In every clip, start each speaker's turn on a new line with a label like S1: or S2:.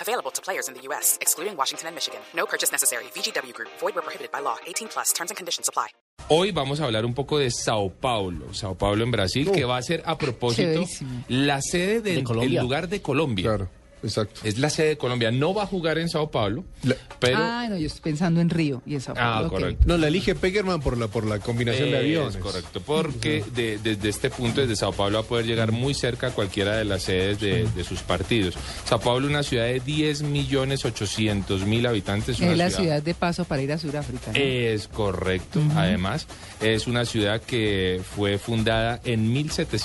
S1: Available to players in the U.S., excluding Washington and Michigan. No purchase necessary. VGW Group, void were prohibited by law. 18 plus terms and conditions apply.
S2: Hoy vamos a hablar un poco de Sao Paulo, Sao Paulo en Brasil, que va a ser a propósito
S3: Chéverísimo.
S2: la sede del el lugar de Colombia.
S4: Claro, exacto.
S2: Es la sede de Colombia. No va a jugar en Sao Paulo,
S4: La-
S2: pero
S3: Ah, no, yo estoy pensando en Río y en Sao
S2: Ah,
S3: Paulo, ok.
S2: correcto.
S4: No, la elige Peckerman por la, por la combinación de
S2: Es
S4: aviones.
S2: correcto, porque de- desde este punto, desde Sao Paulo, va a poder llegar muy cerca a cualquiera de las sedes de, de sus partidos. Sao Paulo, una ciudad de 10 millones 800 mil habitantes. una Eh,
S3: Es la ciudad de paso para ir a Sudáfrica. ¿no?
S2: Es correcto. Además, es una ciudad que fue fundada en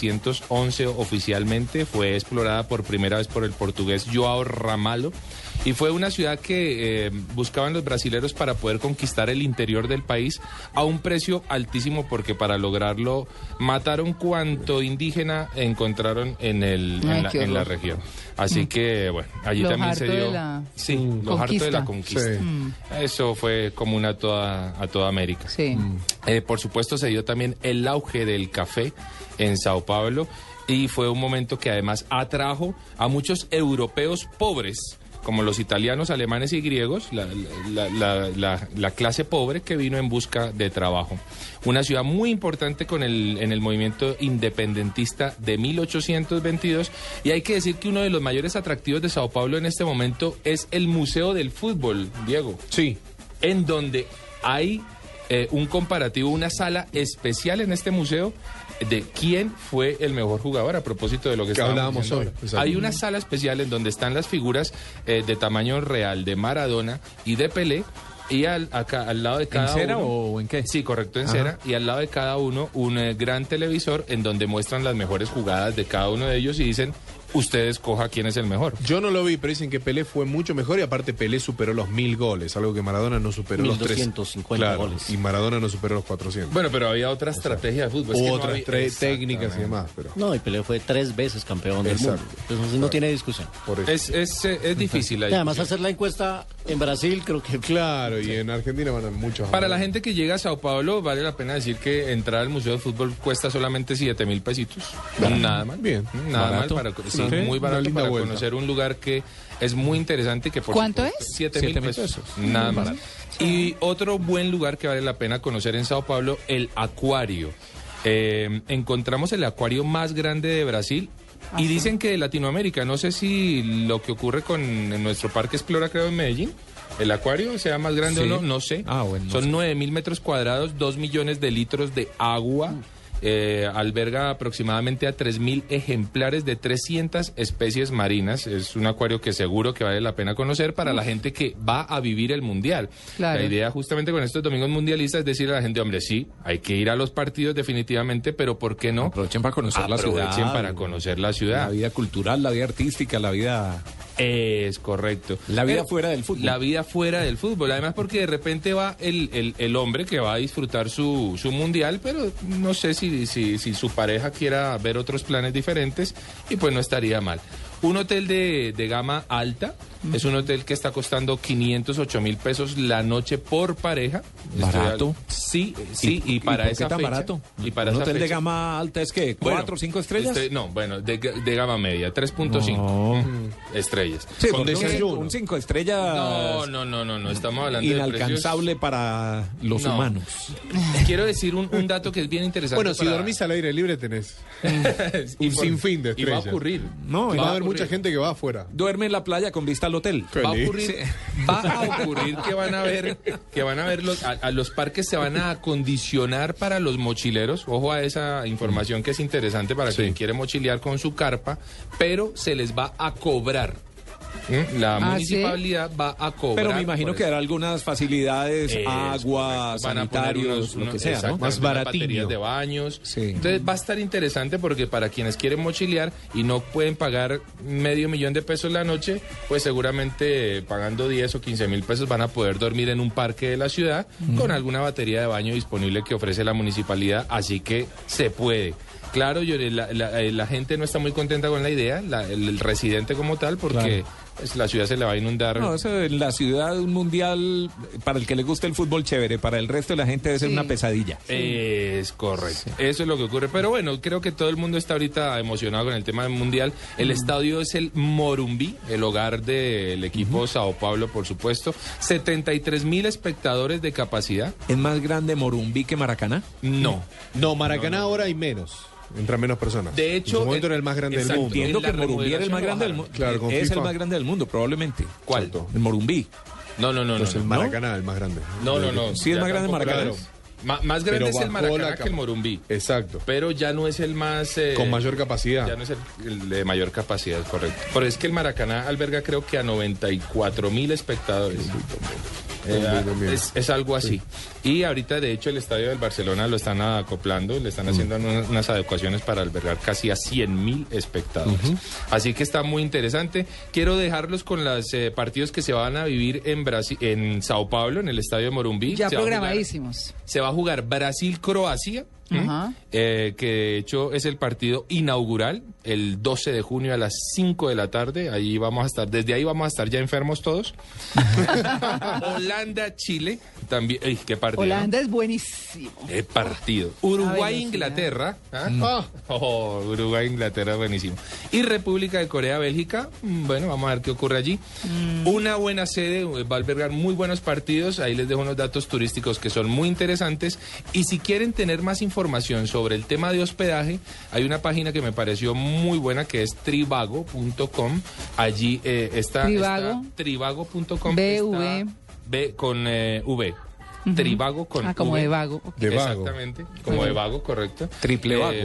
S2: 1711 oficialmente, fue explorada por primera vez por el portugués Joao Ramalho y fue una ciudad que eh, buscaban los brasileros para poder conquistar el interior del país a un precio altísimo porque para lograrlo mataron cuanto indígena encontraron en, el, en
S3: Ay,
S2: la,
S3: qué
S2: en la
S3: horror. Mm.
S2: región. Así que, bueno, allí
S3: Lo
S2: también se
S3: harto de
S2: dio...
S3: la
S2: sí, lo harto de la
S3: conquista.
S2: conquista.
S4: Sí.
S2: Eso fue común a toda, a toda América.
S3: Sí.
S2: Eh, por supuesto, se dio también el auge del café en Sao Paulo y fue un momento que además atrajo a muchos europeos pobres, como los italianos, alemanes y griegos, la, la- la- la- la clase pobre que vino en busca de trabajo. Una ciudad muy importante con el, en el movimiento independentista de 1822 y hay que decir que uno de los mayores atractivos de Sao Paulo en este momento es el Museo del Fútbol, Diego
S4: Sí.
S2: en donde hay eh, un comparativo, una sala especial en este museo de quién fue el mejor jugador a propósito de lo que,
S4: Que
S2: estábamos
S4: hablábamos
S2: diciendo
S4: hoy,
S2: ahora.
S4: exacto.
S2: Hay una sala especial en donde están las figuras eh, de tamaño real de Maradona y de Pelé. Y al, acá, al lado de cada
S5: cera
S2: uno-
S5: o en qué?
S2: Sí, correcto, en cera. Y al lado de cada uno, un eh, gran televisor en donde muestran las mejores jugadas de cada uno de ellos y dicen, usted escoja quién es el mejor.
S4: Yo no lo vi, pero dicen que Pelé fue mucho mejor y aparte Pelé superó los mil goles, algo que Maradona no superó los tres.
S5: 1250
S4: Claro,
S5: goles.
S4: Y Maradona no superó los 400.
S2: Bueno, pero había otra estrategia de fútbol. es
S4: Hubo
S2: que no
S4: otras
S2: había-
S4: tres técnicas y
S2: Exactamente.
S4: demás, pero
S5: No, y Pelé fue tres veces campeón del
S4: Exacto.
S5: mundo. Entonces no
S4: Claro.
S5: tiene discusión.
S4: por eso.
S2: Es, es, eh, es difícil.
S5: Y
S2: ahí.
S5: además hacer la encuesta en Brasil creo que...
S4: Claro, y en Argentina van a muchos.
S2: Para la gente que llega a Sao Paulo, vale la pena decir que entrar al Museo de Fútbol cuesta solamente 7 mil pesitos. Nada mal.
S4: Bien.
S2: Mm, Nada
S5: Barato.
S2: mal. Para, sí,
S4: Sí.
S2: muy
S4: Una
S2: barato
S4: linda
S2: para
S4: vuelta.
S2: conocer un lugar que es muy interesante. y Que por
S3: ¿Cuánto es?
S2: 7 mil
S5: Siete mil
S2: pesos.
S5: pesos.
S2: Nada mal. Y otro buen lugar que vale la pena conocer en Sao Paulo, el Acuario. Eh, encontramos el acuario más grande de Brasil.
S3: Ah,
S2: Y dicen que de Latinoamérica, no sé si lo que ocurre con en nuestro parque Explora, creo, en Medellín, el acuario sea más grande
S5: Sí.
S2: o no, no sé.
S5: Ah, bueno, no
S2: Son
S5: sé.
S2: 9 mil metros cuadrados, 2 millones de litros de agua. eh, alberga aproximadamente a 3.000 ejemplares de 300 especies marinas. Es un acuario que seguro que vale la pena conocer para la gente que va a vivir el mundial.
S3: Claro.
S2: La idea justamente con estos domingos mundialistas es decirle a la gente, hombre, sí, hay que ir a los partidos definitivamente, pero ¿por qué no?
S6: Aprovechen Ah, para conocer la
S2: Aprovechen
S6: ciudad.
S2: para conocer la
S6: La
S2: ciudad.
S6: vida cultural, la vida artística, la vida...
S2: Es correcto.
S6: La vida fuera del fútbol.
S2: La vida fuera del fútbol. Además, porque de repente va el, el- el hombre que va a disfrutar su, su mundial, pero no sé si, si, si su pareja quiera ver otros planes diferentes y pues no estaría mal. Un hotel de, de gama alta. Es un hotel que está costando 508 mil pesos la noche por pareja. Estoy
S6: Barato.
S2: al- Sí, sí, y, para
S6: eh, por qué
S2: esa
S6: tan
S2: fecha-
S6: barato?
S2: Y para
S6: ¿Un
S2: esa
S6: hotel de
S2: fecha-
S6: gama alta es que
S2: bueno,
S6: cuatro o cinco estrellas?
S2: este- no, bueno, de, ga- de gama media, 3.5 mm, estrellas.
S6: Sí,
S4: con
S6: porque un
S4: desayuno.
S6: cinco- Un cinco estrellas
S2: No, no, no, no, no, estamos hablando
S6: inalcanzable para los
S2: No.
S6: humanos.
S2: de precios. Quiero decir un, un dato que es bien interesante.
S4: Bueno, si
S2: para-
S4: dormís al aire libre tenés.
S2: y
S4: un
S2: por-
S4: sinfín de
S2: Y va a
S4: estrellas.
S2: ocurrir.
S6: No,
S4: Va,
S6: y
S4: a
S6: va
S4: haber
S2: ocurrir.
S4: mucha gente que va afuera.
S6: Duerme en la playa con vista al hotel.
S2: Va a ocurrir,
S6: Sí.
S2: va a ocurrir que van a ver, que van a ver los, a, a los parques se van a acondicionar para los mochileros. Ojo a esa información que es interesante para quien quiere mochilear con su carpa, pero se les va a cobrar ¿Mm? La
S3: Ah, ¿sí?
S2: municipalidad va a cobrar.
S6: Pero me imagino
S2: por
S6: que
S2: eso.
S6: hará algunas facilidades,
S2: Es
S6: agua,
S2: correcto. Van a poner
S6: sanitarios,
S2: unos-
S6: lo
S2: unos-
S6: que sea, ¿no?
S2: exactamente,
S6: Más
S2: unas
S6: baratillo.
S2: baterías de baños.
S6: Sí.
S2: Entonces va a estar interesante porque para quienes quieren mochilear y no pueden pagar medio millón de pesos la noche, pues seguramente eh, pagando 10 o 15 mil pesos van a poder dormir en un parque de la ciudad con alguna batería de baño disponible que ofrece la municipalidad. Así que se puede. Claro, yo- la, la- eh, la gente no está muy contenta con la idea, la- el, el residente como tal, porque
S6: Claro.
S2: pues, la ciudad se le va a inundar.
S6: No, eso en la ciudad, un mundial, para el que le gusta el fútbol chévere, para el resto de la gente debe ser
S3: Sí.
S6: una pesadilla.
S2: Es correcto. Eso es lo que ocurre. Pero bueno, creo que todo el mundo está ahorita emocionado con el tema del mundial. El
S4: Mm.
S2: estadio es el Morumbí, el hogar del equipo Sao Paulo, por supuesto. 73 mil espectadores de capacidad.
S6: ¿Es más grande Morumbí que Maracaná?
S2: No.
S4: No, Maracaná ahora hay menos. Entran menos personas.
S2: De hecho,
S4: En su momento
S2: en-
S4: era el más grande
S2: exacto.
S4: del mundo.
S6: Entiendo
S2: En la
S6: que Morumbí era el más
S2: remodelación
S6: grande del mundo.
S2: bajaron.
S4: Claro, con
S6: es el
S4: FIFA.
S6: más grande del mundo, probablemente.
S2: ¿Cuál?
S6: El Morumbí.
S2: No, no, no, no.
S4: Entonces,
S2: No,
S4: Pues el Maracaná el más grande.
S2: no, no. no.
S6: Sí, es
S2: Ya
S6: más grande
S2: tampoco-
S6: Maracaná.
S2: Claro. Ma- más grande
S4: Pero
S2: es el
S4: bajó la
S2: Maracaná que el
S4: capa-
S2: Morumbí.
S4: Exacto.
S2: Pero ya no es el más... eh,
S4: Con mayor capacidad.
S2: Ya no es el, el de mayor capacidad, correcto. Pero es que el Maracaná alberga creo que a 94 mil espectadores. Eh,
S4: Qué lindo, mira.
S2: es, es algo así. Y ahorita, de hecho, el estadio del Barcelona lo están acoplando, le están haciendo unas, unas adecuaciones para albergar casi a 100 mil espectadores. Así que está muy interesante. Quiero dejarlos con los partidos que se van a vivir en, Brasi- en Sao Paulo, en el estadio de Morumbí.
S3: Ya
S2: Se va a jugar-
S3: programadísimos.
S2: se va a jugar Brasil-Croacia, ¿m?
S3: Ajá.
S2: Eh, que de hecho es el partido inaugural, el 12 de junio a las 5 de la tarde. Ahí vamos a estar, desde ahí vamos a estar ya enfermos todos. Holanda-Chile, también. ¡Ey, qué partido! ¿no?
S3: Holanda es buenísimo.
S2: Qué partido.
S3: velocidad.
S2: Uruguay-Inglaterra. ¿ah? Oh, Uruguay-Inglaterra, buenísimo. Y República de Corea-Bélgica. mm, Bueno, vamos a ver qué ocurre allí.
S3: Mm.
S2: Una buena sede, eh, va a albergar muy buenos partidos. Ahí les dejo unos datos turísticos que son muy interesantes. Y si quieren tener más información sobre el tema de hospedaje, hay una página que me pareció muy buena que es trivago.com. Allí eh, está.
S3: Trivago.
S2: está- Trivago.com.
S3: B-V.
S2: está- B con eh, V. Trivago con
S3: Ah, como
S2: V.
S3: de vago. ok.
S4: De vago.
S2: Exactamente, como de vago, correcto. Em,
S6: Triple vago.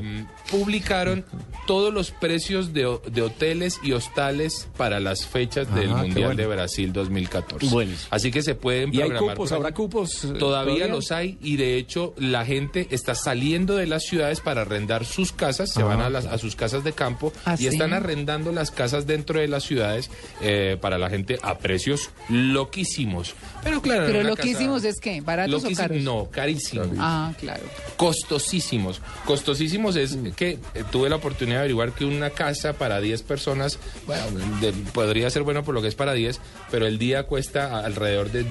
S2: Publicaron todos los precios de, ho- de hoteles y hostales para las fechas del
S6: Ah, qué
S2: Mundial
S6: bueno.
S2: de Brasil 2014.
S5: Buenísimo.
S2: Así que se pueden
S6: ¿Y hay
S2: programar por
S6: cupos?
S2: allí.
S6: ¿Habrá cupos? eh,
S2: Todavía, los hay y de hecho la gente está saliendo de las ciudades para arrendar sus casas, se
S6: Ah,
S2: van a, las- a sus casas de campo
S3: Ah,
S2: y
S3: ¿sí?
S2: están arrendando las casas dentro de las ciudades eh, para la gente a precios loquísimos. Pero claro,
S3: Pero
S2: una
S3: loquísimos
S2: casa-
S3: es que, ¿baratos o
S2: Loquísimo-
S3: caros?
S2: No, carísimo
S3: Ah, claro.
S2: costosísimos. Costosísimos es
S6: Mm.
S2: que eh, tuve la oportunidad de averiguar que una casa para 10 personas, bueno, de- podría ser bueno por lo que es para 10, pero el día cuesta a- alrededor de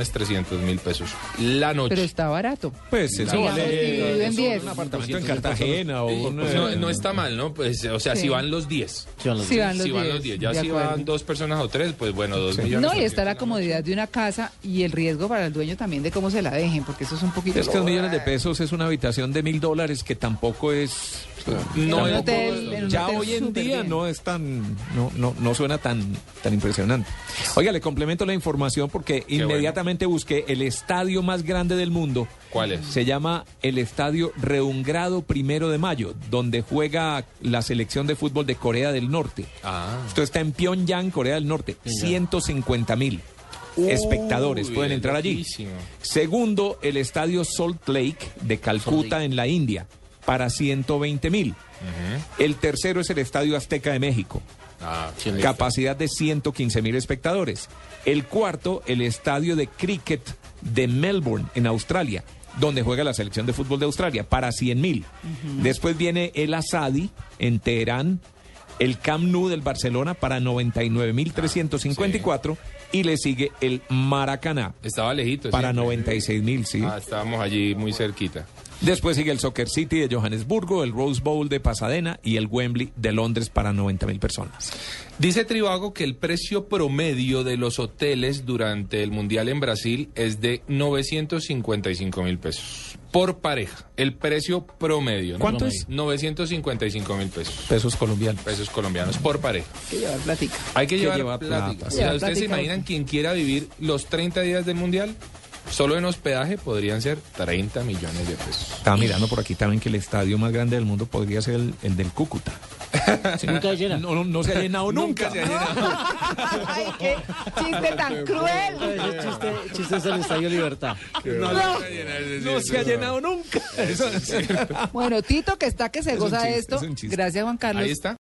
S2: 2.300.000 pesos. La
S3: Pero
S2: noche.
S3: está barato.
S6: Pues eso
S3: Digamos que
S6: vale.
S3: viven
S6: eso,
S3: diez.
S6: Un apartamento en Cartagena o un.
S2: Pues no, no está mal, ¿no? Pues, o sea,
S3: Sí.
S2: si van los 10.
S5: Sí, van los
S3: Sí,
S5: días.
S3: van los
S2: si van los 10.
S3: 10.
S2: Ya
S3: de
S2: si
S3: acuerdo.
S2: van dos personas o tres, pues bueno, 2 millones.
S3: No, y está la
S2: trescientos mil.
S3: comodidad de una casa y el riesgo para el dueño también de cómo se la dejen, porque eso es un poquito...
S6: Es que dos millones de pesos es una habitación de mil dólares que tampoco es. pues,
S2: No,
S3: En un
S2: es-
S3: hotel, en un
S6: ya
S3: hotel
S6: hoy en
S3: súper
S6: día
S3: bien.
S6: no es tan, no, no, no suena tan, tan impresionante. Oiga, le complemento la información porque
S2: bueno.
S6: inmediatamente busqué el estadio más grande del mundo.
S2: ¿Cuál es?
S6: Se llama el Estadio Reungrado Primero de Mayo, donde juega la selección de fútbol de Corea del Norte.
S2: Ah.
S6: Esto está en Pyongyang, Corea del Norte. 150 mil espectadores
S2: Uy,
S6: pueden entrar allí.
S2: loquísimo.
S6: Segundo, el estadio Salt Lake de Calcuta en la India para 120 mil. El tercero es el estadio Azteca de México,
S2: Ah,
S6: capacidad de 115 mil espectadores. El cuarto, el estadio de cricket de Melbourne en Australia, donde juega la selección de fútbol de Australia para 100 mil. Después viene el Asadi en Teherán. El Camp Nou del Barcelona para 99.354 y le sigue el Maracaná
S2: estaba lejito.
S6: para
S2: siempre.
S6: 96 mil, sí.
S2: Ah, estábamos allí muy cerquita.
S6: Después sigue el Soccer City de Johannesburgo, el Rose Bowl de Pasadena y el Wembley de Londres para 90 mil personas.
S2: Dice Tribago que el precio promedio de los hoteles durante el Mundial en Brasil es de 955 mil pesos. Por pareja. El precio promedio. ¿no?
S6: ¿Cuánto es?
S2: 955 mil pesos.
S6: Pesos colombianos.
S2: Pesos colombianos por pareja.
S3: Que llevar platica.
S2: Hay que
S6: Que
S2: llevar,
S6: lleva
S2: plática.
S6: plata,
S2: O
S6: sí.
S2: sea,
S3: Llevar
S2: ¿Ustedes se
S3: plática,
S2: imaginan
S3: ok.
S2: quien quiera vivir los 30 días del Mundial? Solo en hospedaje podrían ser 30 millones de pesos.
S6: Estaba mirando por aquí también que el estadio más grande del mundo podría ser el, el del Cúcuta. Sí.
S5: Nunca llena.
S6: No, no, no se ha llenado nunca.
S4: se ha llenado.
S3: Ay, qué chiste tan cruel.
S5: Ese chiste, chiste es el Estadio Libertad.
S4: No, no se ha llenado, es
S6: No
S4: decir,
S6: se ha
S4: eso-
S6: llenado nunca. Eso es-
S3: Bueno, Tito, que está que se
S6: un
S3: goza de
S6: chiste,
S3: esto.
S6: es un chiste.
S3: Gracias, Juan Carlos.
S2: Ahí está.